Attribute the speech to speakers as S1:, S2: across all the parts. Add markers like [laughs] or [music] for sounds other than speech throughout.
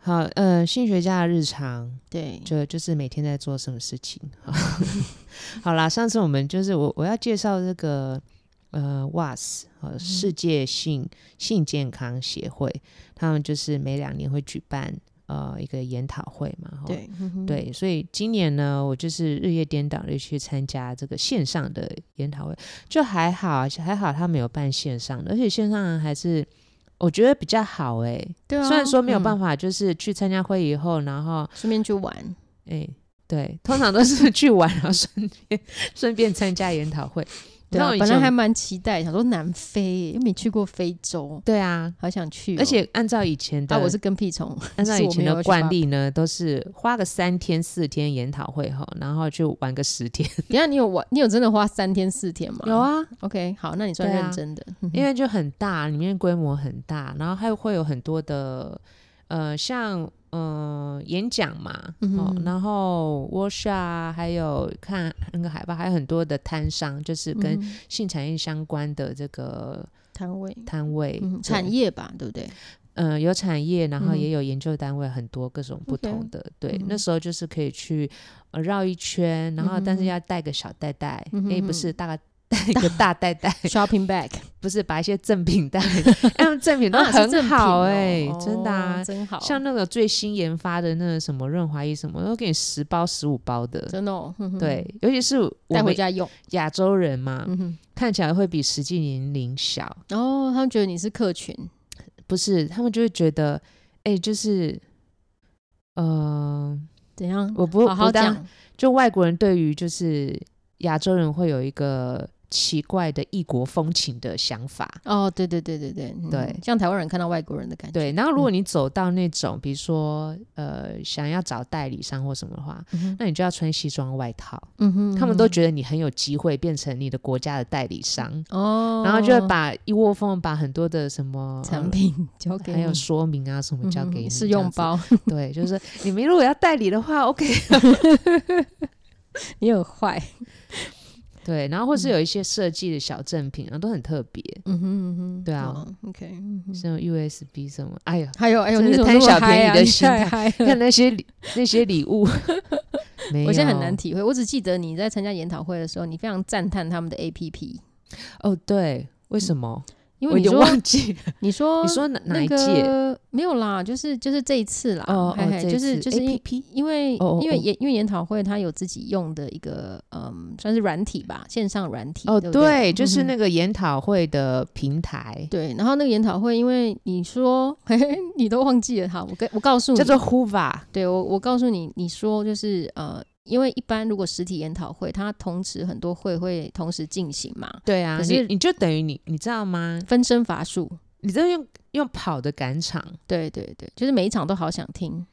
S1: 好，呃，性学家的日常，
S2: 对，
S1: 就就是每天在做什么事情。 [laughs] 好啦，上次我们就是我我要介绍这个呃 WAS 呃世界性性健康协会，他们就是每两年会举办呃一个研讨会嘛。哦
S2: 对，嗯
S1: 对，所以今年呢，我就是日夜颠倒的去参加这个线上的研讨会，就还好，还好他们有办线上的，而且线上还是我觉得比较好哎、
S2: 对啊，
S1: 虽然说没有办
S2: 法，
S1: 法，就是去参加会议后，然后
S2: 顺便去玩，
S1: 哎、对，通常都是 [laughs] 去玩，然后顺便顺便参加研讨会。
S2: 对啊
S1: 那我，以
S2: 本来
S1: 前
S2: 还蛮期待，想说南非，又没去过非洲，
S1: 对啊，
S2: 好想去哦、
S1: 而且按照以前的，
S2: 啊，我是跟屁虫， [laughs]
S1: 按照
S2: 是
S1: 以
S2: 我
S1: 前
S2: 没有
S1: 的
S2: 去
S1: 惯
S2: 巴
S1: 例呢，都是花个三天四天研讨会后，然后去玩个十天。
S2: 等一下你有玩，你有真的花三天四天吗？
S1: 有啊，
S2: ，OK，好，那你算
S1: 对啊
S2: 认真的，嗯
S1: 因为就很大，里面规模很大，然后还会有很多的呃，像呃演讲嘛，
S2: 嗯
S1: 哦，然后 workshop 啊还有看那个海报，还有很多的摊商，就是跟
S2: 嗯
S1: 性产业相关的这个
S2: 摊位，
S1: 摊位、
S2: 嗯，
S1: 对
S2: 产。业吧，对不对？
S1: 呃，有产业，然后
S2: 嗯
S1: 也有研究单位，很多各种不
S2: OK
S1: 同的。对，
S2: 嗯
S1: 那时候就是可以去呃绕一圈，然后但是
S2: 嗯哼
S1: 要带个小袋袋，
S2: 嗯哼
S1: 诶，不
S2: 哼
S1: 是大概带一个大袋袋，
S2: shopping
S1: [laughs]
S2: bag
S1: 不是把一些赠品 [laughs] 带，他们赠品都
S2: 啊是
S1: 很
S2: 正品
S1: 好
S2: 哦
S1: 哎、
S2: 哦
S1: 真的啊，
S2: 真好，
S1: 像那个最新研发的那个什么润滑液什么，都给你十包十五包的，
S2: 真的、哦，嗯哼
S1: 对，尤其是我
S2: 带回
S1: 们
S2: 家用，
S1: 亚洲人嘛，
S2: 嗯哼，
S1: 看起来会比实际年龄小，
S2: 然后他们觉得你是客群，
S1: 不是，他们就会觉得，哎、就是，呃，
S2: 怎样？
S1: 我不
S2: 好好
S1: 不当
S2: 讲，
S1: 就外国人对于就是亚洲人会有一个奇怪的异国风情的想法，
S2: 哦，对对对对对嗯
S1: 对
S2: 像台湾人看到外国人的感觉，嗯
S1: 对，然后如果你走到那种，比如说呃，想要找代理商或什么的话，
S2: 嗯哼
S1: 那你就要穿西装外套。
S2: 嗯哼，
S1: 他们都
S2: 嗯
S1: 觉得你很有机会变成你的国家的代理商，
S2: 哼哦，
S1: 然后就会把一窝蜂地把很多的什么
S2: 产。品交
S1: 呃
S2: 给
S1: 还有
S2: 你
S1: 说明啊什么交给你，
S2: 嗯试用
S1: 这
S2: 包，
S1: 样 [laughs] 子。对，就是说你们如果要代理的话，OK。
S2: 你很坏，
S1: 对，然后或是有一些设计的小赠品啊，都很特别，
S2: 嗯哼嗯哼，
S1: 对啊
S2: 哦，OK，嗯哼
S1: 像 USB 什么，哎呀，
S2: 还有哎呦，
S1: 真
S2: 你
S1: 的
S2: 怎么
S1: 贪
S2: 那么
S1: 小便
S2: 嗨
S1: 宜
S2: 啊？
S1: 的
S2: 你
S1: 心
S2: 太嗨
S1: 态 [laughs] 看
S2: 了，
S1: 那些礼那些礼物，
S2: [laughs]
S1: 没
S2: 我现在很
S1: 有
S2: 难体会，我只记得你在参加研讨会的时候，你非常赞叹他们的 APP，
S1: 哦，对，
S2: 嗯
S1: 为什么？
S2: 因
S1: 我
S2: 为你
S1: 有点
S2: 说
S1: 忘记了。
S2: 你说
S1: 你说哪哪
S2: 那
S1: 一届？
S2: 个没有啦，就是就是这一次啦，
S1: 哦
S2: 嘿
S1: 哦
S2: 嘿
S1: 这一
S2: 就是
S1: 次
S2: 就是因因为
S1: 哦哦
S2: 因为
S1: 哦
S2: 研因为研讨会它有自己用的一个嗯算是软体吧，线上软体
S1: 哦，
S2: 对不对，
S1: 就是
S2: 嗯哼
S1: 那个研讨会的平台，
S2: 对，然后那个研讨会，因为你说， [laughs] 嘿嘿，你都忘记了，好，我跟我告诉你
S1: 叫，做 Huva。
S2: 对我我告诉你，你说就是呃，因为一般如果实体研讨会，它同时很多会会同时进行嘛，
S1: 对啊，
S2: 可
S1: 你
S2: 是
S1: 你就等于你，你知道吗？
S2: 分身乏术，
S1: 你这用用跑的赶场，
S2: 对对对，就是每一场都好想听，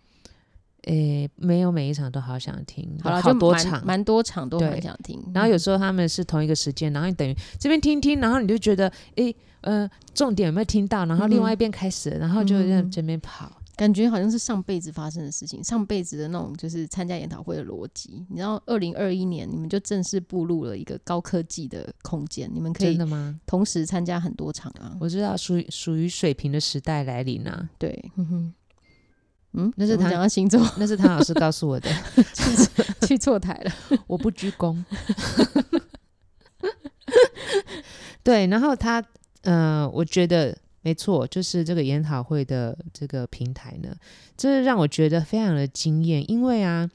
S1: 诶，没有每一场都好想听，
S2: 好了，
S1: 有
S2: 就
S1: 嗯好多
S2: 蛮
S1: 场。
S2: 蛮多场都
S1: 对
S2: 很想听，
S1: 然后有时候他们是同一个时间，然后你等于这边听听，然后你就觉得，诶，呃，重点有没有听到？然后另外一边开始了，然后就在
S2: 嗯
S1: 这边跑。
S2: 感觉好像是上辈子发生的事情，上辈子的那种就是参加研讨会的逻辑，你知道，二零二一年你们就正式步入了一个高科技的空间，你们可
S1: 真
S2: 以嗯
S1: 的吗？
S2: 同时参加很多场啊，
S1: 我知道，属于属于水平的时代来临啊，
S2: 对，嗯哼，嗯，
S1: 那是
S2: 我们
S1: 他
S2: 讲到星座
S1: 那是唐老师告诉我的。
S2: [laughs] 去错台
S1: [laughs]
S2: 了，
S1: 我不鞠躬。 [laughs] 对，然后他，呃，我觉得没错，就是这个研讨会的这个平台呢，这让我觉得非常的惊艳，因为啊，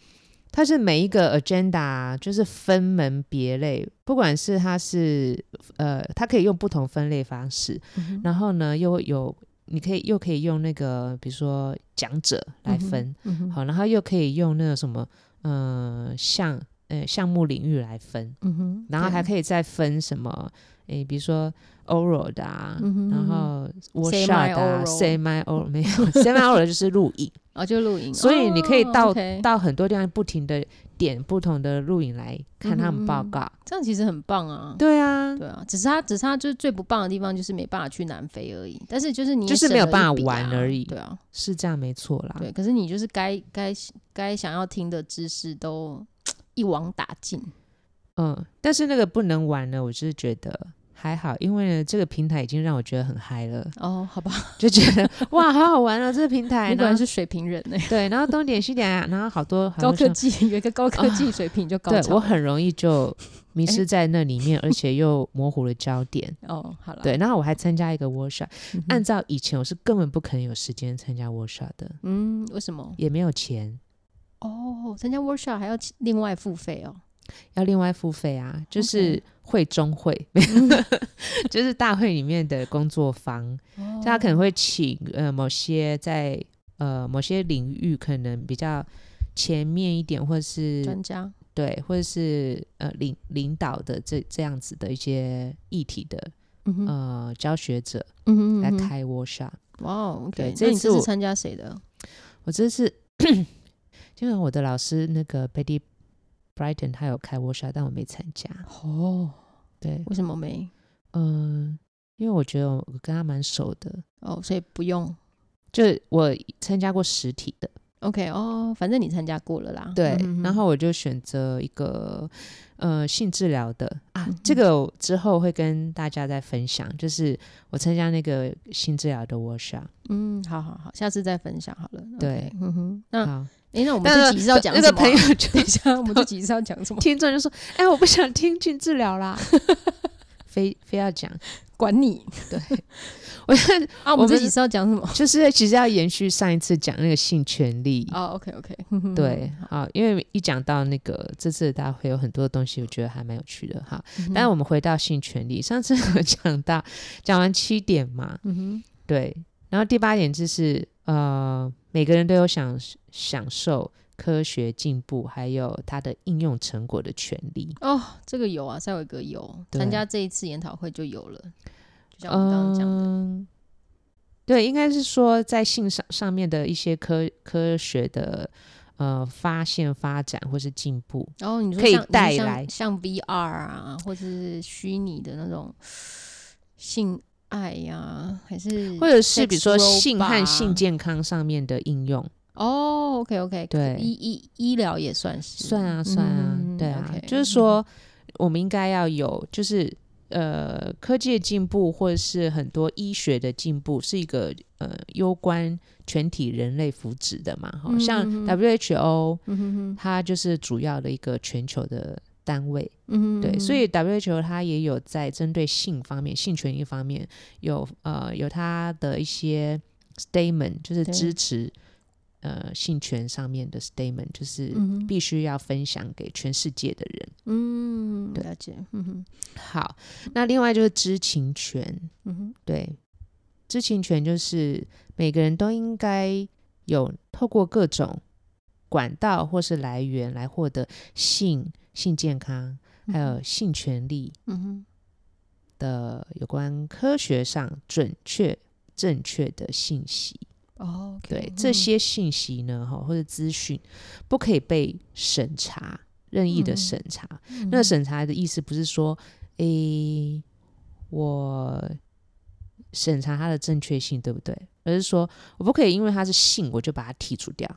S1: 它是每一个 agenda 啊就是分门别类，不管是它是呃，它可以用不同分类方式，
S2: 嗯
S1: 然后呢又有你可以又可以用那个比如说讲者来分，
S2: 嗯哼，
S1: 好，然后又可以用那个什么，呃，项呃项目领域来分，
S2: 嗯哼，
S1: 然后还
S2: 以
S1: 可以再分什么，诶，比如说 oral 的啊，
S2: 嗯哼
S1: 然后
S2: ，semi-oral
S1: [laughs] workshop 的啊，semi oral 没有 semi oral 就是录影，
S2: 哦，就录影，
S1: 所以你可以
S2: 哦
S1: 到、
S2: OK
S1: 到很多地方不停的点不同的录影来看他们报
S2: 嗯哼
S1: 告。
S2: 这样其实很棒啊。
S1: 对啊，
S2: 对啊，只是他，只是他就是最不棒的地方，就是没办法去南非而已。但是就是你也
S1: 就是
S2: 省
S1: 没有
S2: 了一
S1: 办法
S2: 笔啊
S1: 玩而已
S2: 对啊，
S1: 是这样没错啦。
S2: 对。可是你就是该该该想要听的知识都一网打尽。
S1: 嗯，但是那个不能玩呢，我就是觉得还好，因为呢这个平台已经让我觉得很嗨了，
S2: 哦，好吧，
S1: 就觉得 [laughs] 哇，好好玩哦，这个平
S2: [laughs]
S1: 台。
S2: 你果
S1: 然
S2: 然
S1: 后
S2: 是水平人呢、
S1: [laughs] 对，然后东点西点啊，然后好多好
S2: 高
S1: 多
S2: 科
S1: 像
S2: 技有一个高
S1: [laughs]
S2: 科技水平就高
S1: 对
S2: 超。
S1: 我很容
S2: [laughs]
S1: 易就迷
S2: 哎
S1: 失在那里面，而且又模糊了焦
S2: [laughs]
S1: 点。
S2: 哦，好了，
S1: 对，然后我还参加一个 workshop，、
S2: 嗯哼
S1: 按照以前我是根本不可能有时间参加 workshop 的，
S2: 嗯，为什么？
S1: 也没有钱，
S2: 哦，参加 workshop 还要其另外付费哦。
S1: 要另外付费啊，就是会中会，
S2: 嗯
S1: [laughs] 就是大会里面的工作坊，
S2: 哦
S1: 他可能会请呃某些在呃某些领域可能比较前面一点，或是
S2: 专家
S1: 对，或者是呃领领导的这这样子的一些议题的
S2: 嗯哼
S1: 呃教学者
S2: 嗯哼
S1: 来
S2: 嗯哼
S1: 开 workshop。
S2: 哇哦
S1: 对
S2: ，OK，
S1: 这
S2: 那你
S1: 次
S2: 这
S1: 我
S2: 是参加谁的？
S1: 我这次因为我的老师那个 Betty Brighton 他有开 workshop，但我没参加。
S2: 哦，
S1: 对，
S2: 为什么没？
S1: 嗯、因为我觉得我跟他蛮熟的，
S2: 哦，所以不用。
S1: 就是我参加过实体的，
S2: OK，哦，反正你参加过了啦。
S1: 对，
S2: 嗯哼
S1: 然后我就选择一个呃性治疗的啊，
S2: 嗯
S1: 这个我之后会跟大家再分享，就是我参加那个性治疗的 workshop，、
S2: 嗯，好好好，下次再分享好了。
S1: 对
S2: OK，嗯哼，那
S1: 好，
S2: 诶，那我们
S1: 那
S2: 这集是要讲
S1: 那
S2: 什
S1: 个
S2: 么
S1: 朋
S2: 啊？
S1: 友就
S2: [laughs] 等一下，我们这集是要讲什
S1: [laughs]？
S2: 么
S1: 听众就说，哎，我不想听性治疗啦， [laughs] 非非要讲，
S2: 管 [laughs] 你
S1: 我
S2: 啊！我
S1: 我
S2: 们
S1: 们
S2: 这集是要讲什
S1: [laughs]
S2: 么？
S1: 就是其实要延续上一次讲那个性权利。
S2: 哦，OK，OK，
S1: 对，好，因为一讲到那个这次的大会有很多东西，我觉得还蛮有趣的哈。
S2: 嗯哼
S1: 但我们回到性权利，上次 [laughs] 有讲到讲完七点嘛，
S2: 嗯哼，
S1: 对，然后第八点就是呃，每个人都有享享受科学进步还有它的应用成果的权利。
S2: 哦，这个有啊，赛维格有
S1: 对
S2: 参加这一次研讨会就有了，就像我们刚刚讲的，
S1: 嗯对，应该是说在性上上面的一些科科学的呃发现、发展或是进步，
S2: 然后哦你说
S1: 可以
S2: 像你说
S1: 带
S2: 像
S1: 来
S2: 像 VR 啊，或者是虚拟的那种性爱呀、还是
S1: 或者是
S2: sex
S1: 比如说性
S2: robot 啊
S1: 和性健康上面的应用，
S2: 哦，OK OK，
S1: 对
S2: 医医医疗也算是
S1: 算啊算啊，
S2: 嗯
S1: 对啊
S2: OK，
S1: 就是说我们应该要有，就是呃科技的进步或者是很多医学的进步，是一个呃攸关全体人类福祉的嘛，好、
S2: 嗯
S1: 像
S2: 嗯嗯
S1: WHO
S2: 嗯哼哼，
S1: 它就是主要的一个全球的单位，
S2: 嗯哼
S1: 对，
S2: 哼
S1: 所以 WHO 它也有在针对性方面、性权益方面有呃有它的一些 statement，就是
S2: 对
S1: 支持呃性权上面的 statement，就是
S2: 嗯哼
S1: 必须要分享给全世界的人。
S2: 嗯，
S1: 对
S2: 了解，嗯哼，
S1: 好，那另外就是知情权，
S2: 嗯哼，
S1: 对，知情权就是每个人都应该有透过各种管道或是来源来获得性、性健康还有性权利。
S2: 嗯哼，
S1: 的有关科学上准确、正确的信息。
S2: 哦，OK，
S1: 对
S2: 嗯
S1: 这些信息呢，哈或者资讯，不可以被审查，任意的
S2: 嗯
S1: 审查。
S2: 嗯
S1: 那审查的意思不是说，诶、我审查它的正确性，对不对？而是说我不可以因为它是性，我就把它剔除掉。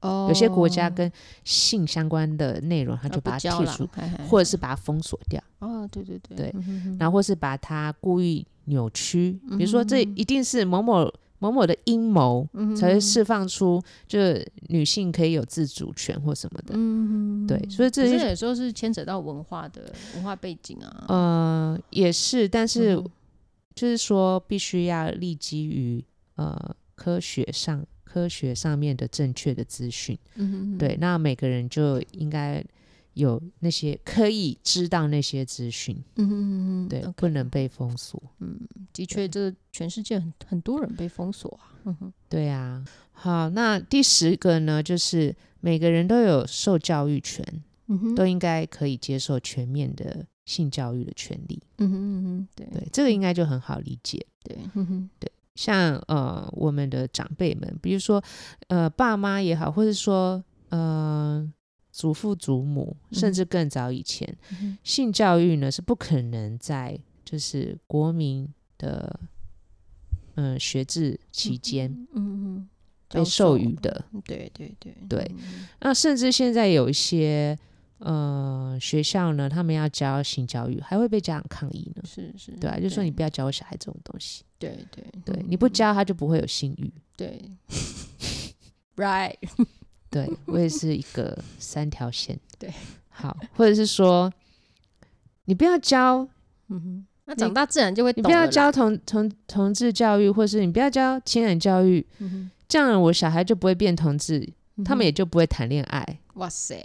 S2: 哦，
S1: 有些国家跟性相关的内容，它
S2: 啊
S1: 就
S2: 不
S1: 把它
S2: 交嗯
S1: 剔
S2: 啦
S1: 除，，
S2: 嗨嗨
S1: 或者是把它封锁掉。
S2: 哦，对对对
S1: 对
S2: 嗯哼哼
S1: 然后或是把它故意扭曲，比如说这
S2: 嗯
S1: 一定是某某某某的阴谋
S2: 嗯
S1: 才会释放出，就是女性可以有自主权或什么的。
S2: 嗯，
S1: 对，所以
S2: 可
S1: 这
S2: 是
S1: 些
S2: 有时候是牵扯到文化的文化背景啊，
S1: 呃也是，但是
S2: 嗯哼
S1: 就是说必须要立基于呃科学上科学上面的正确的资讯。
S2: 嗯哼哼
S1: 对，那每个人就应该有那些可以知道那些资讯，
S2: 嗯哼哼哼
S1: 对，
S2: OK
S1: 不能被封锁。
S2: 的确，这全世界很很多人被封锁啊，嗯哼，
S1: 对啊，好，那第十个呢，就是每个人都有受教育权，
S2: 嗯哼，
S1: 都，应该可以接受全面的性教育的权利。
S2: 嗯哼嗯哼，对
S1: 对，这个应该就很好理解。
S2: 对，嗯哼，
S1: 像呃我们的长辈们，比如说呃爸妈也好，或者说呃祖父祖母，甚至更早以前，
S2: 嗯
S1: 性教育呢是不可能在就是国民的嗯、呃学制期间
S2: 嗯嗯，
S1: 被授予的。
S2: 教授，对对对
S1: 对
S2: 嗯嗯
S1: 那甚至现在有一些呃学校呢，他们要教性教育，还会被家长抗议呢。
S2: 是是，
S1: 对啊，就说你不要教我小孩这种东西，
S2: 对对
S1: 对，
S2: 嗯
S1: 你不教他就不会有性欲。
S2: 对，right，
S1: 对我也是一个三条线。
S2: [laughs] 对，
S1: 好，或者是说，你不要教，
S2: 嗯哼，那长大自然就会
S1: 你
S2: 懂
S1: 不要
S2: 了啦
S1: 教，同同同志教育，或是你不要教情感教育，
S2: 嗯哼
S1: 这样我小孩就不会变同志，他们
S2: 嗯
S1: 也就不会谈恋爱。
S2: 哼哇塞，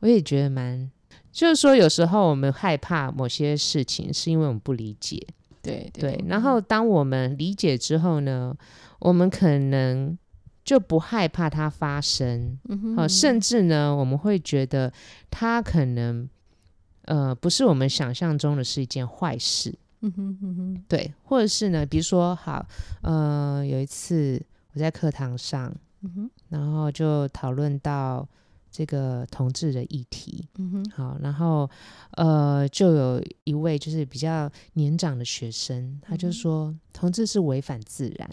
S1: 我也觉得蛮，就是说有时候我们害怕某些事情，是因为我们不理解。
S2: 对嗯
S1: 对，然后当我们理解之后呢，我们可能就不害怕它发生，
S2: 嗯哼
S1: 好、呃甚至呢，我们会觉得它可能呃不是我们想象中的是一件坏事，
S2: 嗯哼嗯哼
S1: 对，或者是呢，比如说好，呃，有一次我在课堂上，
S2: 嗯哼
S1: 然后就讨论到这个同志的议题，
S2: 嗯哼
S1: 好，然后呃，就有一位就是比较年长的学生，他
S2: 嗯
S1: 就
S2: 哼
S1: 说、同志是违反自然，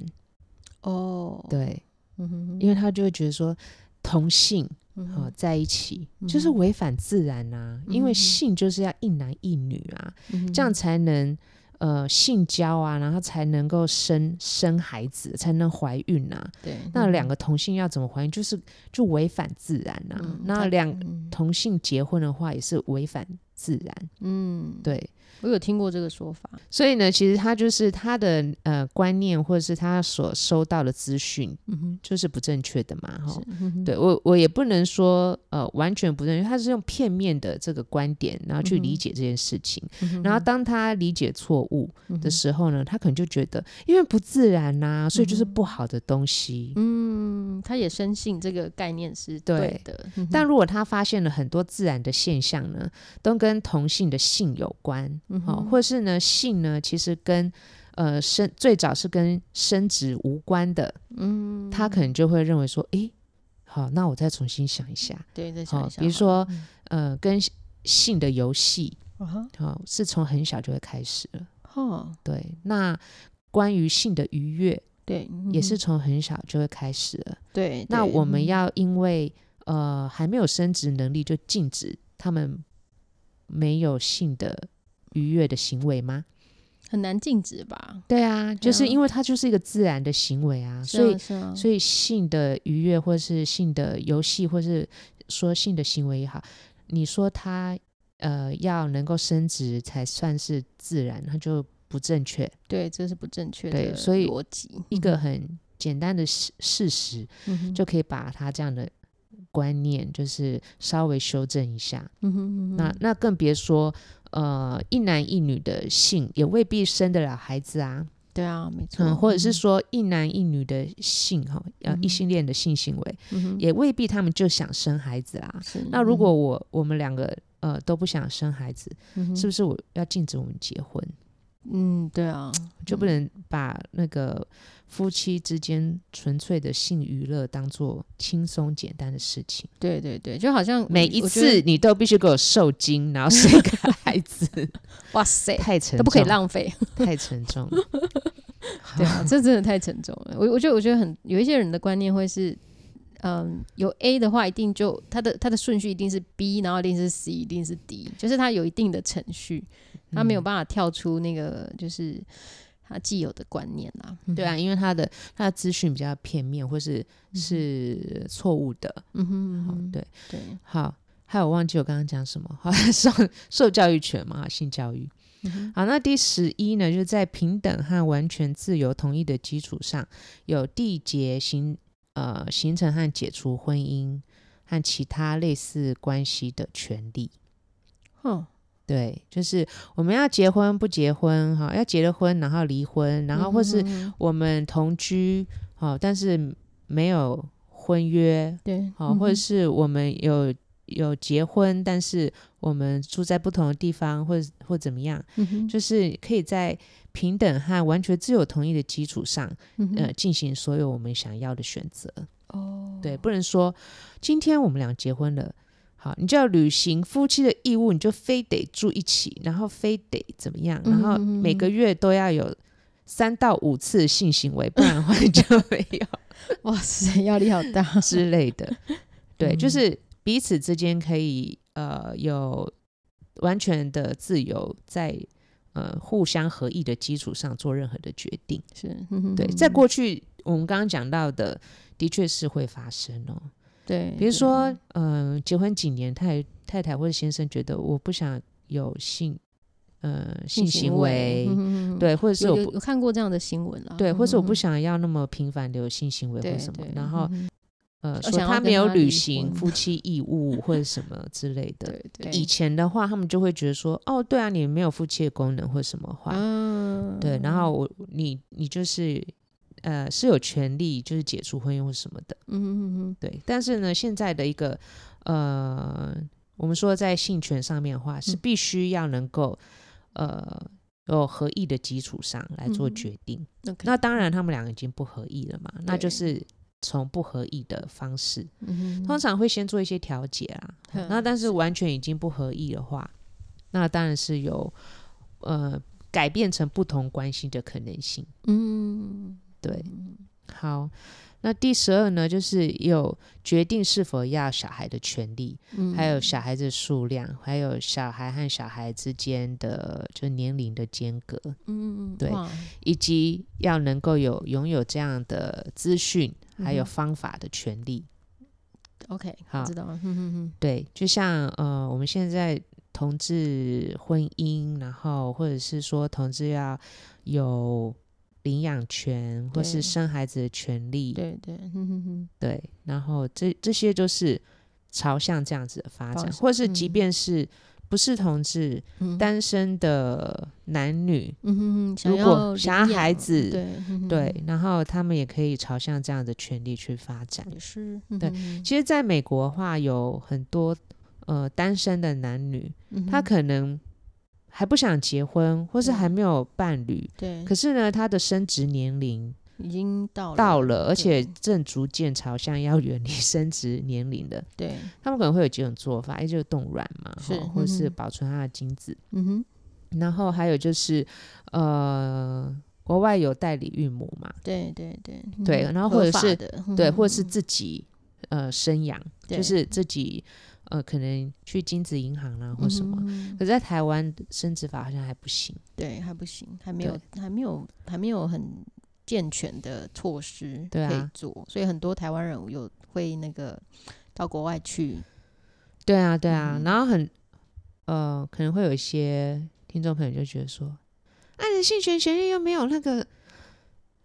S2: 哦，
S1: 对，
S2: 嗯哼，
S1: 因为他就会觉得说同性
S2: 嗯
S1: 好、
S2: 哼
S1: 呃在一起、就是
S2: 嗯哼
S1: 违反自然啊，因为
S2: 嗯哼
S1: 性就是要一男一女啊，
S2: 嗯哼
S1: 这样才能。呃，性交啊，然后才能够生生孩子，才能怀孕啊。
S2: 对，
S1: 那
S2: 嗯
S1: 两个同性要怎么怀孕，就是就违反自然啊。
S2: 嗯
S1: 那
S2: 他
S1: 两
S2: 嗯
S1: 同性结婚的话，也是违反自然。
S2: 嗯，
S1: 对，
S2: 我有听过这个说法，
S1: 所以呢，其实他就是他的呃观念或者是他所收到的资讯
S2: 嗯哼，
S1: 就是不正确的嘛，哈
S2: 是。，嗯哼，
S1: 哦对我，我也不能说呃完全不正确，他是用片面的这个观点，然后去
S2: 嗯
S1: 理
S2: 哼
S1: 解这件事情。
S2: 嗯哼，
S1: 然后当他理解错误
S2: 嗯
S1: 的
S2: 哼
S1: 时候呢，他可能就觉得因为不自然呐、所以就是不好的东西。
S2: 嗯，他也深信这个概念是
S1: 对
S2: 的，嗯哼
S1: 但如果他发现了很多自然的现象呢，都跟同性的性有关，
S2: 嗯
S1: 好、
S2: 哼
S1: 或是呢性呢其实跟呃生最早是跟生殖无关的，
S2: 嗯，
S1: 他可能就会认为说，诶，好，那我再重新想一下，
S2: 对，再想
S1: 好、
S2: 一想，
S1: 比如，说
S2: 嗯
S1: 呃跟性的游戏，
S2: 啊哈，
S1: 好、是从很小就会开始了，
S2: 哈，
S1: 对，那。关于性的愉悦，
S2: 对，
S1: 也
S2: 嗯
S1: 是
S2: 哼
S1: 从很小就会开始了。
S2: 对，
S1: 那
S2: 对
S1: 我们
S2: 嗯
S1: 要因为呃还没有生殖能力就禁止他们没有性的愉悦的行为吗？
S2: 很难禁止吧？
S1: 对啊，就是
S2: 对啊
S1: 因为它就是一个自然的行为啊，
S2: 是
S1: 所以
S2: 啊是啊，
S1: 所以性的愉悦或是性的游戏，或是说性的行为也好，你说它呃要能够生殖才算是自然，它就不正确。
S2: 对，这是不正确
S1: 对
S2: 的
S1: 所以
S2: 逻辑，
S1: 一个很简单的事事实，
S2: 嗯哼
S1: 就可以把他这样的观念，就是稍微修正一下。
S2: 嗯哼嗯哼
S1: 那那更别说，呃，一男一女的性也未必生得了孩子啊，
S2: 对啊，没错，
S1: 嗯，或者是
S2: 嗯
S1: 说一男一女的性哈，呃
S2: 嗯，哼
S1: 异性恋的性行为
S2: 嗯哼
S1: 也未必他们就想生孩子啦。
S2: 是
S1: 那如果我我们两个呃都不想生孩子，
S2: 嗯哼
S1: 是不是我要禁止我们结婚，
S2: 嗯，对啊，
S1: 就不能把那个夫妻之间纯粹的性娱乐当做轻松简单的事情？
S2: 对对对，就好像
S1: 每
S2: 我
S1: 一
S2: 嗯我觉得
S1: 次你都必须给我受精，然后生一个孩
S2: [laughs]
S1: 子，
S2: 哇塞
S1: 太沉重，
S2: 都不可以，浪费，
S1: [laughs] 太沉重
S2: [laughs]
S1: 了。 [laughs] 好
S2: 对啊，这真的太沉重了。我我觉得我觉得很有一些人的观念会是，嗯，有 A 的话，一定就他的他的顺序一定是 B，然后一定是 C，一定是 D，就是他有一定的程序，他
S1: 嗯
S2: 没有办法跳出那个就是他既有的观念啦。
S1: 对啊，因为他的他的资讯比较片面，或是是错误的。
S2: 嗯哼，嗯
S1: 好，
S2: 哼
S1: 对，
S2: 对，
S1: 好，还有忘记我刚刚讲什么？ [laughs] 好，受受教育权嘛，性教育。
S2: 嗯
S1: 好，那第十一呢，就是在平等和完全自由同意的基础上，有缔结形呃形成和解除婚姻和其他类似关系的权利。
S2: 哼，嗯
S1: 对，就是我们要结婚不结婚哈，要结了婚然后离婚，然后或是
S2: 嗯哼
S1: 我们同居好，但是没有婚约
S2: 对，
S1: 好，
S2: 嗯
S1: 或者
S2: 哼
S1: 是我们有有结婚，但是我们住在不同的地方，或或怎么样，
S2: 嗯哼，
S1: 就是可以在平等和完全自由同意的基础上，
S2: 嗯哼
S1: 呃，进行所有我们想要的选择。
S2: 哦，
S1: 对，不能说今天我们俩结婚了，好，你就要履行夫妻的义务，你就非得住一起，然后非得怎么
S2: 嗯
S1: 样，然后每个月都要有三到五次性行为，不然的话 [laughs] 你就没有
S2: 哇塞，压力好
S1: [laughs]
S2: 大，
S1: 之类
S2: [laughs]
S1: 的。对，
S2: 嗯
S1: 就是彼此之间可以呃有完全的自由在，呃互相合意的基础上做任何的决定。
S2: 是，嗯哼
S1: 对，
S2: 嗯
S1: 在过去我们刚刚讲到的，的确是会发生哦。
S2: 对，
S1: 比
S2: 对
S1: 如说，嗯、结婚几年，太太太或者先生觉得我不想有性，呃，性行为，
S2: 嗯哼嗯哼，
S1: 对，或者是
S2: 有
S1: 我
S2: 有
S1: 不
S2: 有看过这样的新闻了，
S1: 对，或是我不
S2: 嗯哼
S1: 想要那么频繁的有性行为或
S2: 对
S1: 什么
S2: 对，
S1: 然后
S2: 嗯哼
S1: 呃，
S2: 我
S1: 说
S2: 想要
S1: 他
S2: 跟
S1: 没有
S2: 他
S1: 履
S2: 离
S1: 行
S2: 婚 [laughs]
S1: 夫妻义务或者什么之类的。
S2: 对对，
S1: 以前的话，他们就会觉得说，哦，对啊，你没有夫妻的功能或什么话，
S2: 嗯，
S1: 对，然后我你你就是呃是有权利就是解除婚姻或什么的。
S2: 嗯哼嗯哼
S1: 对，但是呢，现在的一个呃，我们说在性权上面的话，是
S2: 嗯
S1: 必须要能够呃有合意的基础上来做
S2: 嗯
S1: 决定。
S2: 嗯，OK，
S1: 那当然，他们俩已经不合意了嘛，那
S2: 对
S1: 就是从不合意的方式，
S2: 嗯
S1: 通
S2: 哼
S1: 常会先做一些调解啊。
S2: 嗯
S1: 那但是完全已经不合意的话，那当然是有呃改变成不同关系的可能性。
S2: 嗯，
S1: 对，好，那第十二呢，就是有决定是否要小孩的权利，
S2: 嗯
S1: 还有小孩子数量，还有小孩和小孩之间的就年龄的间隔，
S2: 嗯，
S1: 对
S2: 哇
S1: 以及要能够有拥有这样的资讯还有
S2: 嗯哼
S1: 方法的权利。
S2: ，OK，
S1: 好
S2: 我知道了，嗯哼哼，
S1: 对，就像呃，我们现在同志婚姻，然后或者是说同志要有领养权或
S2: 对
S1: 是生孩子的权利，
S2: 对对，嗯哼哼，
S1: 对，然后这这些就是朝向这样子的发
S2: 方
S1: 展，
S2: 向
S1: 或是即
S2: 嗯
S1: 便是不是同志、
S2: 嗯
S1: 单身的男女，
S2: 嗯哼哼，想
S1: 如果
S2: 要
S1: 想
S2: 领
S1: 要孩
S2: 养
S1: 子
S2: 对嗯哼
S1: 对，然后他们也可以朝向这样的权利去发展
S2: 哼。也是，嗯
S1: 对
S2: 哼哼
S1: 其实，在美国的话，有很多呃单身的男女，
S2: 嗯
S1: 他
S2: 哼
S1: 可能还不想结婚，或是
S2: 对
S1: 还没有伴侣，
S2: 对
S1: 可是呢，他的生殖年龄
S2: 已经到了
S1: 到了，而且
S2: 对
S1: 正逐渐朝向要远离 [laughs] 生殖年龄的。
S2: 对，
S1: 他们可能会有几种做法，一就是冻卵嘛，
S2: 是
S1: 吼或者
S2: 嗯
S1: 是
S2: 哼
S1: 保存它的精子，
S2: 嗯哼，
S1: 然后还有就是呃，国外有代理孕母嘛，
S2: 对对对
S1: 对
S2: 嗯
S1: 然后
S2: 合
S1: 或者
S2: 法
S1: 是
S2: 的嗯
S1: 对，
S2: 哼
S1: 或者是自己呃生养，就
S2: 对嗯
S1: 是自己呃可能去精子银行啦、或
S2: 嗯
S1: 什么。
S2: 哼哼
S1: 可是在台湾生殖法好像还不行，
S2: 对，还不行，还没有，还没有，还没有很健全的措施
S1: 对
S2: 可以
S1: 啊
S2: 做，所以很多台湾人有会那个到国外去，
S1: 对啊对啊，
S2: 嗯
S1: 然后很呃可能会有一些听众朋友就觉得说，啊你的性权权利又没有那个，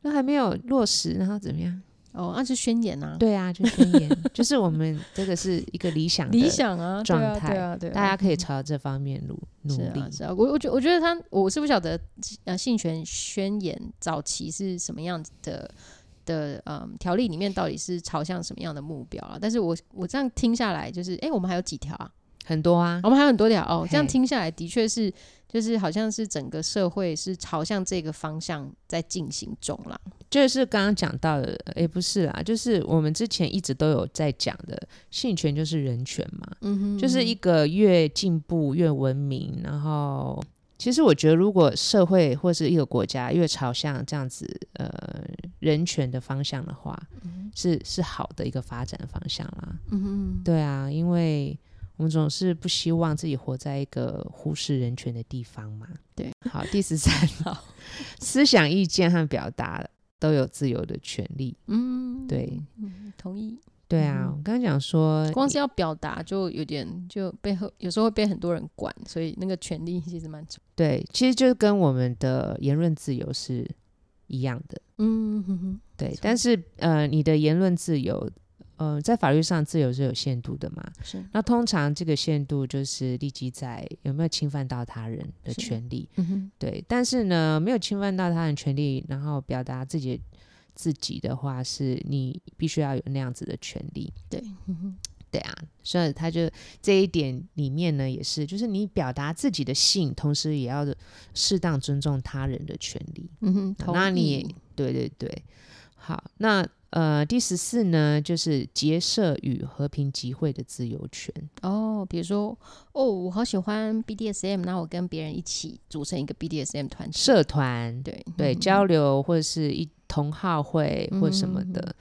S1: 那还没有落实，然后怎么样？
S2: 哦，那是宣言啊，
S1: 对啊，就宣言， [laughs] 就是我们这个是一个理想的
S2: 理，想啊，对啊
S1: 状态
S2: 对啊，对啊，
S1: 大家可以
S2: 嗯
S1: 朝这方面努努
S2: 是
S1: 力
S2: 啊，。是啊，我我觉我觉得他，我是不晓得呃，性权宣言早期是什么样子的的嗯条例里面到底是朝向什么样的目标啊？但是我我这样听下来，就是哎、诶我们还有几条啊？
S1: 很多啊
S2: 我，们还有很多条哦。这样
S1: 嘿
S2: 听下来，的确是就是好像是整个社会是朝向这个方向在进行中啦。
S1: 就是刚刚讲到的，也不是啦，就是我们之前一直都有在讲的，性权就是人权嘛，
S2: 嗯哼
S1: 就是一个越进步越文明，然后。其实我觉得，如果社会或是一个国家越朝向这样子呃人权的方向的话，是是好的一个发展方向啦。
S2: 嗯哼
S1: 对啊，因为我们总是不希望自己活在一个忽视人权的地方嘛。
S2: 对，
S1: [laughs] 好，第十三
S2: 好，
S1: 思想、意见和表达都有自由的权利。
S2: 嗯，
S1: 对，
S2: 嗯，同意。
S1: 对啊，我刚刚讲说，
S2: 光是要表达就有点就被很有时候会被很多人管，所以那个权利其实蛮重。
S1: 对，其实就跟我们的言论自由是一样的。
S2: 嗯哼哼。
S1: 对
S2: 错，
S1: 但是呃，你的言论自由，呃，在法律上自由是有限度的嘛。
S2: 是，
S1: 那通常这个限度就是立即在有没有侵犯到他人的
S2: 是
S1: 权利。
S2: 嗯哼，
S1: 对，但是呢，没有侵犯到他人权利，然后表达自己自己的话，是你必须要有那样子的权利。
S2: 对，嗯哼，
S1: [laughs] 对啊，所以他就这一点里面呢，也是就是你表达自己的性，同时也要适当尊重他人的权利。
S2: 嗯哼，同
S1: 那你
S2: 意
S1: 也对对对，好，那呃第十四呢，就是结社与和平集会的自由权。
S2: 哦，比如说哦，我好喜欢 BDSM，那我跟别人一起组成一个 BDSM 团体，
S1: 社团
S2: 对
S1: 对
S2: 嗯
S1: 交流或者是一同好会或什么的，
S2: 嗯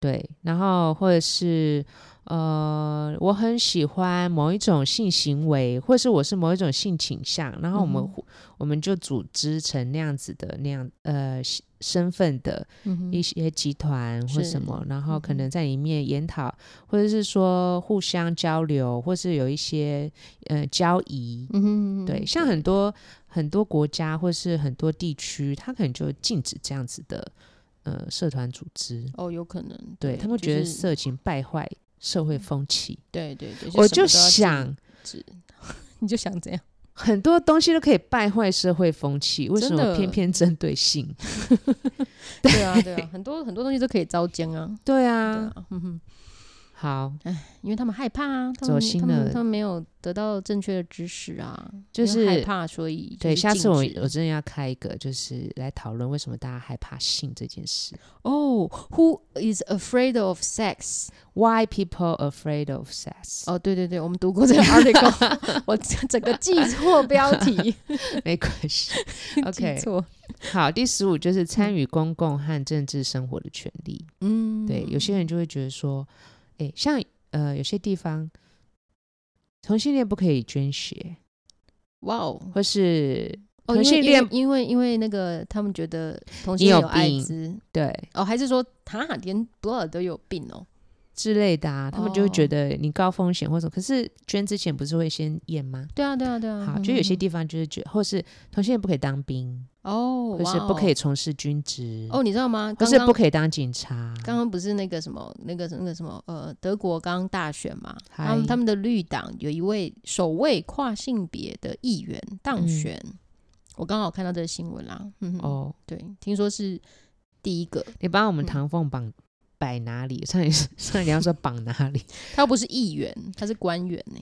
S1: 对，然后或者是呃，我很喜欢某一种性行为，或是我是某一种性倾向，然后我们
S2: 嗯哼
S1: 互、我们就组织成那样子的那样呃身身份的
S2: 嗯哼
S1: 一些集团或
S2: 是
S1: 什么，然后可
S2: 嗯哼
S1: 能在里面研讨，或者是说互相交流，或是有一些呃交易，
S2: 嗯哼，
S1: 对，
S2: 嗯
S1: 像很多很多国家或是很多地区，它可能就禁止这样子的呃社团组织，
S2: 哦，有可能，
S1: 对他们觉得
S2: 就是，
S1: 色情败坏社会风气。
S2: 对对对，
S1: 我
S2: 是什么都
S1: 就
S2: 要禁
S1: [laughs] 想，
S2: 止，你就想这样，
S1: 很多东西都可以败坏社会风气，为什
S2: 真
S1: 么
S2: 的
S1: 偏偏针对性？ [laughs]
S2: 对啊对啊，很多很多东西都可以遭奸啊，
S1: 对
S2: 对
S1: 啊，
S2: 啊，嗯哼，
S1: 好，
S2: 因为他们害怕啊，他
S1: 走
S2: 们
S1: 心
S2: 他们
S1: 了
S2: 他们没有得到正确的知识啊，
S1: 就
S2: 因为害
S1: 是
S2: 怕，所以就
S1: 对，
S2: 是
S1: 下次
S2: 禁
S1: 我
S2: 止
S1: 我真的要开一个，就是来讨论为什么大家害怕性这件事。
S2: 哦，Who is afraid of sex？
S1: Why people afraid of sex？
S2: 哦，对对对，我们读过这个 article，我整个记错标
S1: [laughs]
S2: 题
S1: [laughs] 没关系，OK，
S2: 记错，
S1: 好，第十五就是参与公共和政治生活的权利。
S2: 嗯，
S1: 对，有些人就会觉得说，诶，像呃，有些地方同性恋不可以捐血，
S2: 哇哦。
S1: 或是
S2: 哦，
S1: 同
S2: 因为
S1: 性恋
S2: 因为因为因为那个他们觉得同性
S1: 你有
S2: 恋有艾
S1: 病
S2: 滋
S1: 对
S2: 哦，还是说他连 blood 都有病哦？
S1: 之类的啊，他们就
S2: 哦
S1: 会觉得你高风险或者，可是捐之前不是会先验吗？
S2: 对啊，对啊，对啊。
S1: 好，
S2: 嗯
S1: 就有些
S2: 嗯
S1: 地方就是觉，或是同性恋不可以当兵，
S2: 嗯哦，
S1: 或是
S2: 哇
S1: 不可以
S2: 哦
S1: 从事军职，
S2: 哦，你知道吗？
S1: 或
S2: 刚
S1: 是
S2: 刚
S1: 不可以当警察。
S2: 刚刚不是那个什么那个那个什么呃，德国刚刚大选嘛，
S1: 嗨
S2: 他们他们的绿党有一位首位跨性别的议员当选，我刚好看到这个新闻啦。嗯，哦，
S1: 嗯哦，
S2: 对，听说是第一个，
S1: 你帮我们
S2: 嗯
S1: 唐凤绑摆哪里？上一上一你要说绑哪里？ [laughs]
S2: 他不是议员，他是官员呢、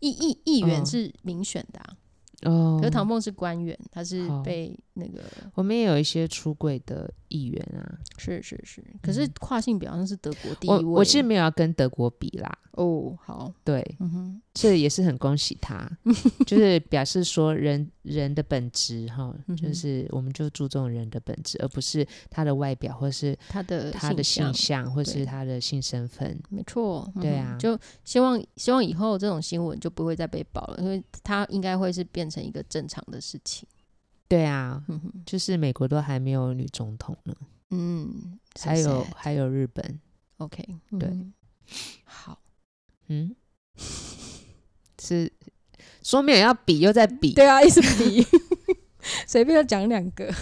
S2: 议议议员
S1: 嗯
S2: 是民选的、啊，
S1: 哦，
S2: 可是唐凤是官员，他是
S1: 好
S2: 被那个
S1: 我们也有一些出柜的议员啊，
S2: 是是是，可是跨性别好像是德国第一
S1: 我
S2: 位。
S1: 我是没有要跟德国比啦，
S2: 哦，好，
S1: 对，
S2: 嗯哼，
S1: 这也是很恭喜他，
S2: [laughs]
S1: 就是表示说人人的本质哈，就
S2: 嗯哼
S1: 是我们就注重人的本质，而不是他的外表或是
S2: 他的
S1: 他的
S2: 性
S1: 性
S2: 向
S1: 向或是
S2: 对
S1: 他的性身份，
S2: 没错，嗯
S1: 对
S2: 哼
S1: 啊
S2: 就希望希望以后这种新闻就不会再被报了，因为它应该会是变成一个正常的事情。
S1: 对啊，
S2: 嗯哼，
S1: 就是美国都还没有女总统呢，
S2: 嗯，so
S1: 还有
S2: sad
S1: 还有日本，
S2: OK，
S1: 对
S2: 嗯好，
S1: 嗯， [laughs] 是说没有要比又在比，
S2: 对啊，一直比，随便就讲两个，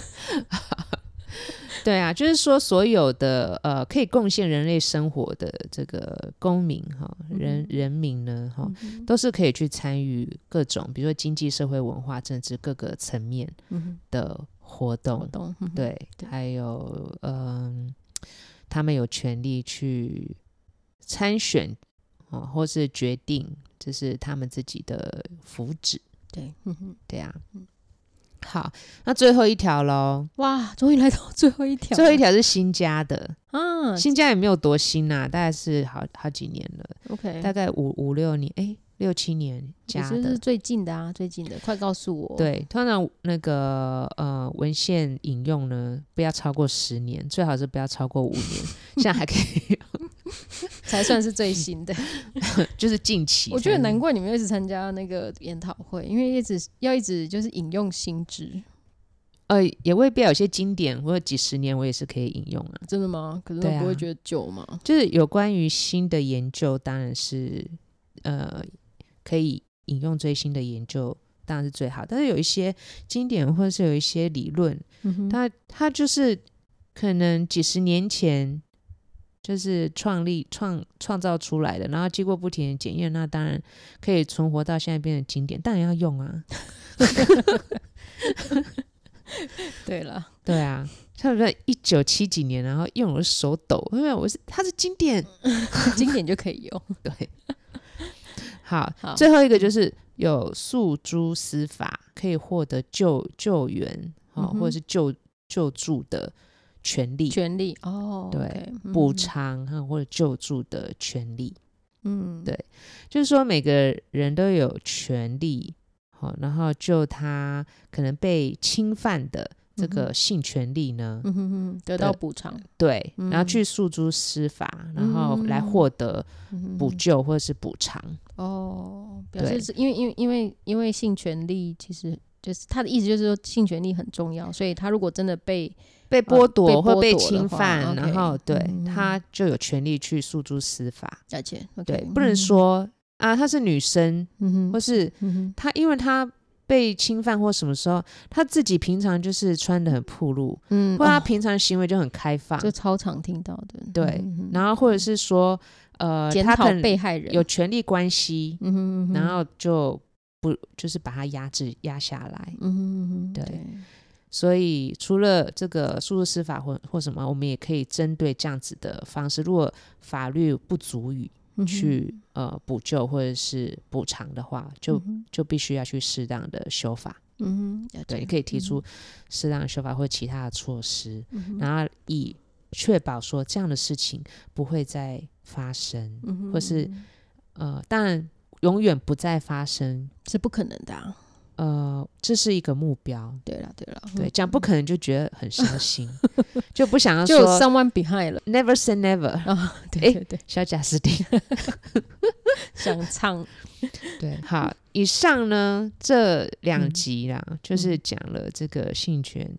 S1: 对啊，就是说所有的呃可以贡献人类生活的这个公民哈，
S2: 嗯
S1: 人、人民呢哈，都是可以去参与各种，比如说经济社会、文化、政治各个层面
S2: 嗯
S1: 的活
S2: 哼，
S1: 动，
S2: 活动，嗯哼，
S1: 对，
S2: 对
S1: 还有嗯、他们有权利去参选哦，或是决定，这是他们自己的福祉，
S2: 对，嗯哼，
S1: 对啊。好，那最后一条喽，
S2: 哇，终于来到最后一条了，
S1: 最后一条是新加的，
S2: 啊
S1: 新家也没有多新呐、大概是好好几年了，
S2: ，OK，
S1: 大概五五六年，哎，六七年加
S2: 哎也就
S1: 的
S2: 是。最近的啊，最近的，快告诉我，，
S1: 对，通常那个呃文献引用呢，不要超过十年，最好是不要超过
S2: [laughs]
S1: 五年，现在还可以，
S2: 才算是最新的。
S1: 就是近期才能。
S2: 我觉得难怪你们一直参加那个研讨会，因为一直要一直就是引用新知，
S1: 呃，也未必啊有些经典或者几十年，我也是可以引用啊。
S2: 真的吗？可是
S1: 对啊
S2: 不会觉得久吗？
S1: 就是有关于新的研究，当然是呃可以引用最新的研究，当然是最好。但是有一些经典或者是有一些理论，
S2: 嗯哼
S1: 它它就是可能几十年前就是创立创创造出来的，然后经过不停的检验，那当然可以存活到现在变成经典，当然要用啊，
S2: 对了，
S1: 对啊。像在一九七几年，然后用我的手抖，因为我是它是经典，
S2: 经典就可以用。
S1: 对。 [laughs] 好，
S2: 好
S1: 最后一个就是有诉诸司法可以获得救救援啊、
S2: 嗯
S1: 哦
S2: 哼
S1: 或者是救救助的权利、
S2: 权利哦，
S1: 对
S2: OK，嗯
S1: 补，偿啊或者救助的权利。
S2: 嗯，
S1: 对就是说每个人都有权利，好、然后就他可能被侵犯的这
S2: 嗯
S1: 个性权利呢，
S2: 嗯哼哼，得到补偿，
S1: 对，然后
S2: 嗯
S1: 去诉诸司法，然后来获得
S2: 嗯哼哼
S1: 补救或者是补偿，
S2: 哦，表
S1: 对
S2: 示是因为因为因为因为性权利其实。就是他的意思，就是说性权利很重要，所以他如果真的被
S1: 被
S2: 剥
S1: 剥
S2: 夺
S1: 夺或
S2: 啊被剥
S1: 被
S2: 夺的
S1: 侵
S2: 话
S1: 犯，
S2: ，OK
S1: 然后对、
S2: 嗯
S1: 他就有权利去诉诸司法，
S2: 了解，OK，
S1: 对，不能，说啊她是女生，
S2: 嗯哼
S1: 或是
S2: 嗯哼，
S1: 她因为她被侵犯或什么时候，她自己平常就是穿的很暴露，
S2: 嗯，
S1: 或她
S2: 哦
S1: 平常的行为就很开放，
S2: 这超常听到的，
S1: 对
S2: 嗯哼
S1: 然后或者是说，呃，
S2: 检
S1: 他
S2: 讨
S1: 可能
S2: 被害人，
S1: 有权利关系，
S2: 嗯哼，嗯哼
S1: 然，后就不就是把它压制压下来。
S2: 嗯哼嗯哼，
S1: 对
S2: 对，
S1: 所以除了这个诉讼司法或或什么，我们也可以针对这样子的方式，如果法律不足以
S2: 嗯哼
S1: 去、呃补救或者是补偿的话，就、
S2: 嗯哼
S1: 就必须要去适当的修法。
S2: 嗯哼，了嗯
S1: 对，
S2: 解
S1: 你可以提出适当的修法或其他的措施，然后以确保说这样的事情不会再发生。
S2: 嗯哼
S1: 或是呃，当然永远不再发生。
S2: 是不可能的啊，
S1: 呃，这是一个目标，
S2: 对了对嗯了，
S1: 对，这样不可能就觉得很伤心， [laughs] 就不想要
S2: 就有
S1: 说
S2: someone behind
S1: [laughs]
S2: 了
S1: never say never。
S2: 啊，对
S1: 诶
S2: 对对，
S1: 小贾斯汀，
S2: 想唱，
S1: 对，好，以上呢这两
S2: 嗯
S1: 集啦，就是讲了这个性权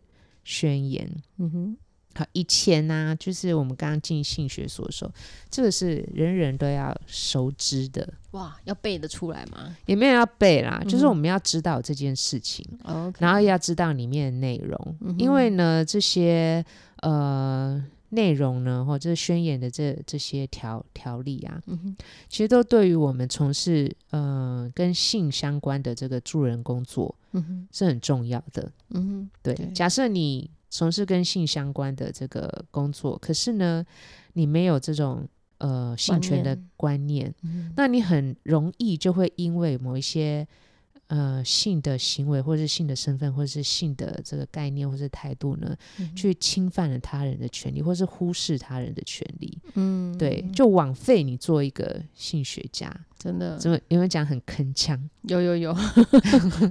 S1: 宣言。
S2: 嗯哼，
S1: 好，以前呢、就是我们刚刚进性学所的时候，这个是人人都要熟知的，
S2: 哇，要背得出来吗
S1: 也没有要背啦，就是我
S2: 嗯
S1: 们要知道这件事情。
S2: 哦？OK，
S1: 哦然后要知道里面的内容，
S2: 嗯哼
S1: 因为呢，这些呃内容呢，或者是宣言的这这些条条例啊，
S2: 嗯哼，
S1: 其实都对于我们从事呃跟性相关的这个助人工作
S2: 嗯哼，
S1: 是很重要的。
S2: 嗯哼，
S1: 对，
S2: 对
S1: 假设你从事跟性相关的这个工作，可是呢，你没有这种呃性权的观念，
S2: 嗯
S1: 那你很容易就会因为某一些呃性的行为，或是性的身份，或是性的这个概念，或是态度呢，
S2: 哼，
S1: 去侵犯了他人的权利，或是忽视他人的权利。
S2: 嗯，
S1: 对，就枉费你做一个性学家，
S2: 真的
S1: 怎么有没有讲很铿锵？
S2: 有有
S1: [laughs]
S2: 有，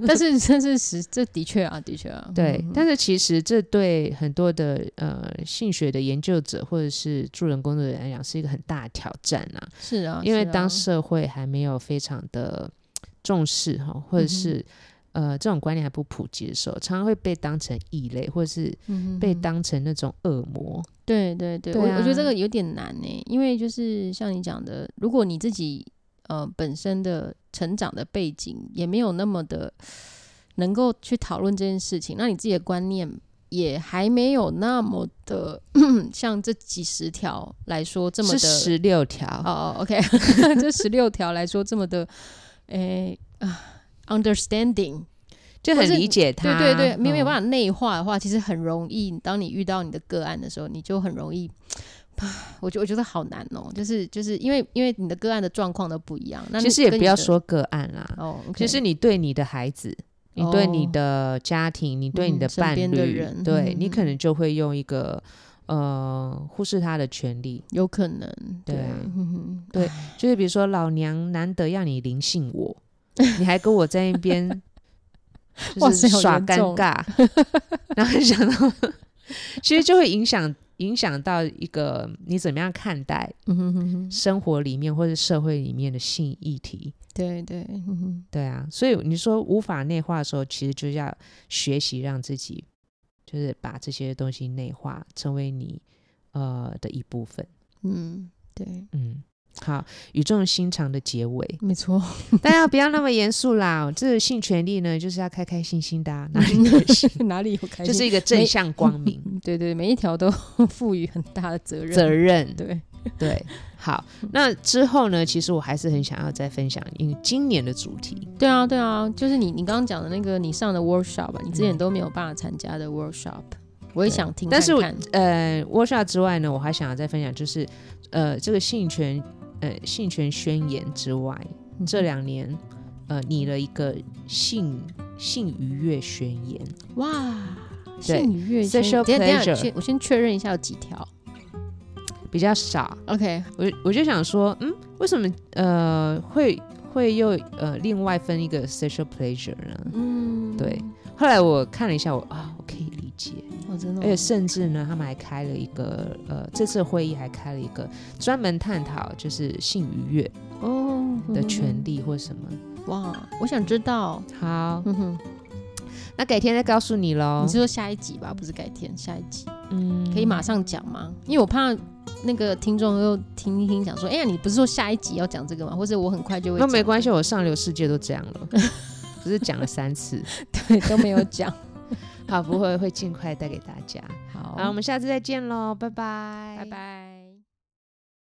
S2: 但是 [laughs] 这是实，这的确啊，的确啊，
S1: 对，
S2: 嗯
S1: 但是其实这对很多的呃性学的研究者或者是助人工作者来讲，是一个很大的挑战啊。
S2: 是啊，
S1: 因为
S2: 是啊
S1: 当社会还没有非常的重视哈，
S2: 嗯
S1: 或者是、呃这种观念还不普及的时候，常常会被当成异类，或者是
S2: 嗯哼
S1: 被
S2: 哼
S1: 当成那种恶魔。
S2: 对对对，
S1: 对
S2: 我我觉得这
S1: 啊
S2: 个有点难呢、因为就是像你讲的，如果你自己呃本身的成长的背景也没有那么的能够去讨论这件事情，那你自己的观念也还没有那么的 [coughs] 像这几十条来说这么
S1: 是
S2: 的
S1: 十六条，
S2: 哦哦，OK，这 [laughs] 十六条来说这么的诶啊 understanding，
S1: 就
S2: 或
S1: 很
S2: 是
S1: 理解他。嗯
S2: 对对对，没没有办
S1: 法。
S2: 法内化的话，其实很容易。当你遇到你的个案的时候，你就很容易， [sighs] 我觉我觉得好难哦、就是就是因为因为你的个案的状况都不一样，那
S1: 其实也
S2: 跟
S1: 不
S2: 你
S1: 要
S2: 的
S1: 说个案啦，
S2: 哦，
S1: 其实你对你的孩子。你对你
S2: 哦
S1: 的家庭，你对你
S2: 嗯
S1: 的
S2: 身
S1: 伴
S2: 边
S1: 侣，
S2: 的人
S1: 对、你
S2: 嗯
S1: 可能就会用一个呃忽视他的权利，
S2: 有可能对
S1: 对啊
S2: 嗯哼
S1: 对就是比如说老娘难得让你灵
S2: [laughs]
S1: 性我，你还跟我在那边
S2: 哇
S1: 就
S2: 塞
S1: 是
S2: 好
S1: 耍
S2: 严
S1: 尴
S2: 重
S1: 尬， [laughs] 然后就想到，其实就会影响影响到一个你怎么样看待
S2: 嗯哼哼哼，
S1: 生活里面或者社会里面的性议题。
S2: 对对，嗯哼
S1: 对啊，所以你说无法内化的时候，其实就是要学习让自己，就是把这些东西内化，成为你呃的一部分。
S2: 嗯对，
S1: 嗯，好，语重心长的结尾。 [laughs]
S2: 没错，
S1: 大家不要那么严肃啦，这个性权利呢，就是要开开心心的、 [laughs] 啊，哪里开心
S2: [laughs] 哪里有开心？
S1: 就
S2: 嗯
S1: 是一个正向光明
S2: 对对，每一条都 [laughs] 赋予很大的责任，
S1: 责任。
S2: 对，
S1: 对，好，那之后呢，其实我还是很想要再分享，因为今年的主题，
S2: 对啊，对啊，就是你你刚刚讲的那个你上的 workshop，啊你之前都没有办法参加的 workshop，我也想听看看，
S1: 嗯但是我呃 workshop 之外呢，我还想要再分享，就是呃这个性权呃性权宣言之外，
S2: 嗯
S1: 这两年呃拟了一个性性愉悦宣言，
S2: 哇，
S1: 对
S2: 性愉悦圈
S1: Sexual
S2: 等一下等一下
S1: pleasure
S2: 先我先确认一下有几条。
S1: 比较少，
S2: OK，
S1: 我我就想说，嗯，为什么呃会会又呃另外分一个 sexual pleasure 呢？
S2: 嗯，
S1: 对，后来我看了一下，我啊我可以理解，
S2: 我哦真的
S1: 而且甚至呢，他们还开了一个呃，这次会议还开了一个专门探讨就是性愉悦
S2: 哦
S1: 的权利或什么。
S2: 哇，我想知道，
S1: 好，
S2: 嗯哼，
S1: 那改天再告诉你喽
S2: 你。是说下一集吧？不是改天，下一集
S1: 哦嗯，
S2: 可以马上讲吗？因为我怕那个听众又听一听，想说，哎呀，你不是说下一集要讲这个吗？或者我很快就会
S1: 那
S2: 讲
S1: 没关系，我上流世界都这样 [laughs] 了，不是讲了三次。
S2: 对，都没有讲。
S1: [laughs] 好，不会会尽快带给大家。好，
S2: 好
S1: 我们下次再见喽，拜拜，
S2: 拜拜。